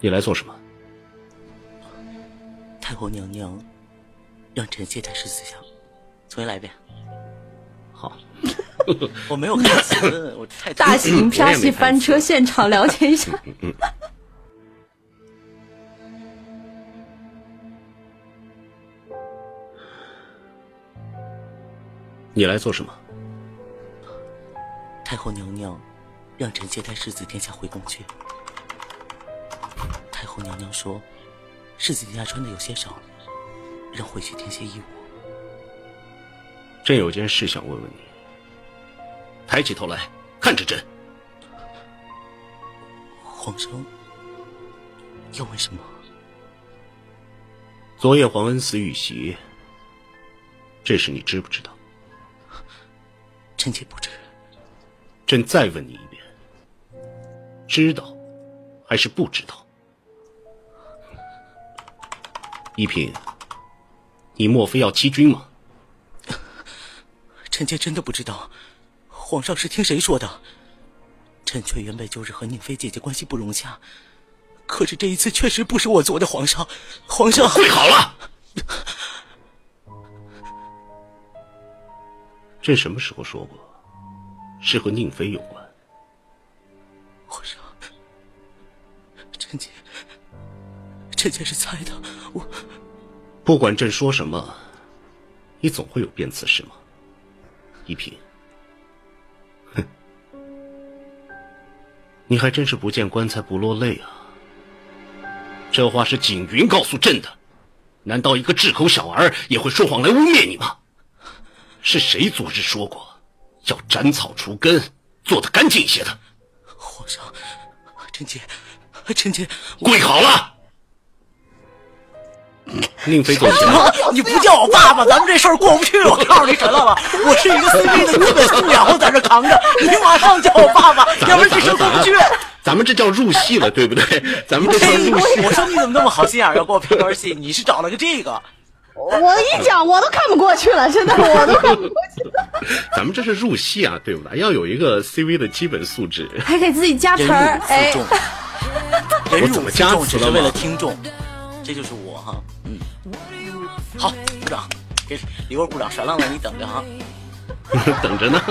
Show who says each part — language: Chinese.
Speaker 1: 你来做什么？
Speaker 2: 太后娘娘让臣妾再试四下，重新来一遍。
Speaker 1: 好，
Speaker 2: 我没有看词，我太
Speaker 3: 大型啪戏翻车现场了解一下。
Speaker 1: 你来做什么？
Speaker 2: 太后娘娘让臣妾带世子殿下回宫去。太后娘娘说，世子殿下穿的有些少，让回去添些衣物。
Speaker 1: 朕有件事想问问你。抬起头来，看着朕。
Speaker 2: 皇上要问什么？
Speaker 1: 昨夜皇恩死与席，这事你知不知道？
Speaker 2: 臣妾不知。
Speaker 1: 朕再问你一遍，知道还是不知道？一品，你莫非要欺君吗？
Speaker 2: 臣妾真的不知道，皇上是听谁说的？臣妾原本就是和宁妃姐姐关系不融洽，可是这一次确实不是我做的，皇上，皇上。
Speaker 1: 跪好了。 朕什么时候说过，是和宁妃有关？
Speaker 2: 皇上，臣妾，臣妾是猜的，我
Speaker 1: 不管朕说什么，你总会有辩词是吗？一品，哼，你还真是不见棺材不落泪啊！这话是景云告诉朕的，难道一个智口小儿也会说谎来污蔑你吗？是谁昨日说过要斩草除根，做得干净一些的？
Speaker 2: 皇上，臣妾，臣妾，
Speaker 1: 跪好了！宁妃坐起来。
Speaker 2: 我你不叫我爸爸，咱们这事儿过不哎去。我告诉你，陈老板，我是一个 CV 的基本素养，我在这扛着。你马上叫我爸爸，要不然这事儿过不去。
Speaker 1: 咱们这叫入戏了，对不对？咱们这叫
Speaker 2: 呸！
Speaker 1: 入戏。
Speaker 2: 哎我说你怎么那么好心眼儿，要给我配段戏？你是找了个这个？
Speaker 3: 我一讲我都看不过去了，真的我都看不过去了，
Speaker 1: 咱们这是入戏啊，对不对？要有一个 CV 的基本素质。
Speaker 3: 还给自己 加词
Speaker 2: 忍
Speaker 3: 儿
Speaker 2: 辱，负
Speaker 3: 哎，
Speaker 2: 重， 忍
Speaker 1: 我怎
Speaker 2: 辱
Speaker 1: 么
Speaker 2: 负
Speaker 1: 加
Speaker 2: 重
Speaker 1: 词
Speaker 2: 只
Speaker 1: 了
Speaker 2: 是为
Speaker 1: 吗
Speaker 2: 了听众，这就是我哈。嗯，好，鼓掌，给李国鼓掌，甩浪了，你等着哈。
Speaker 1: 等着呢。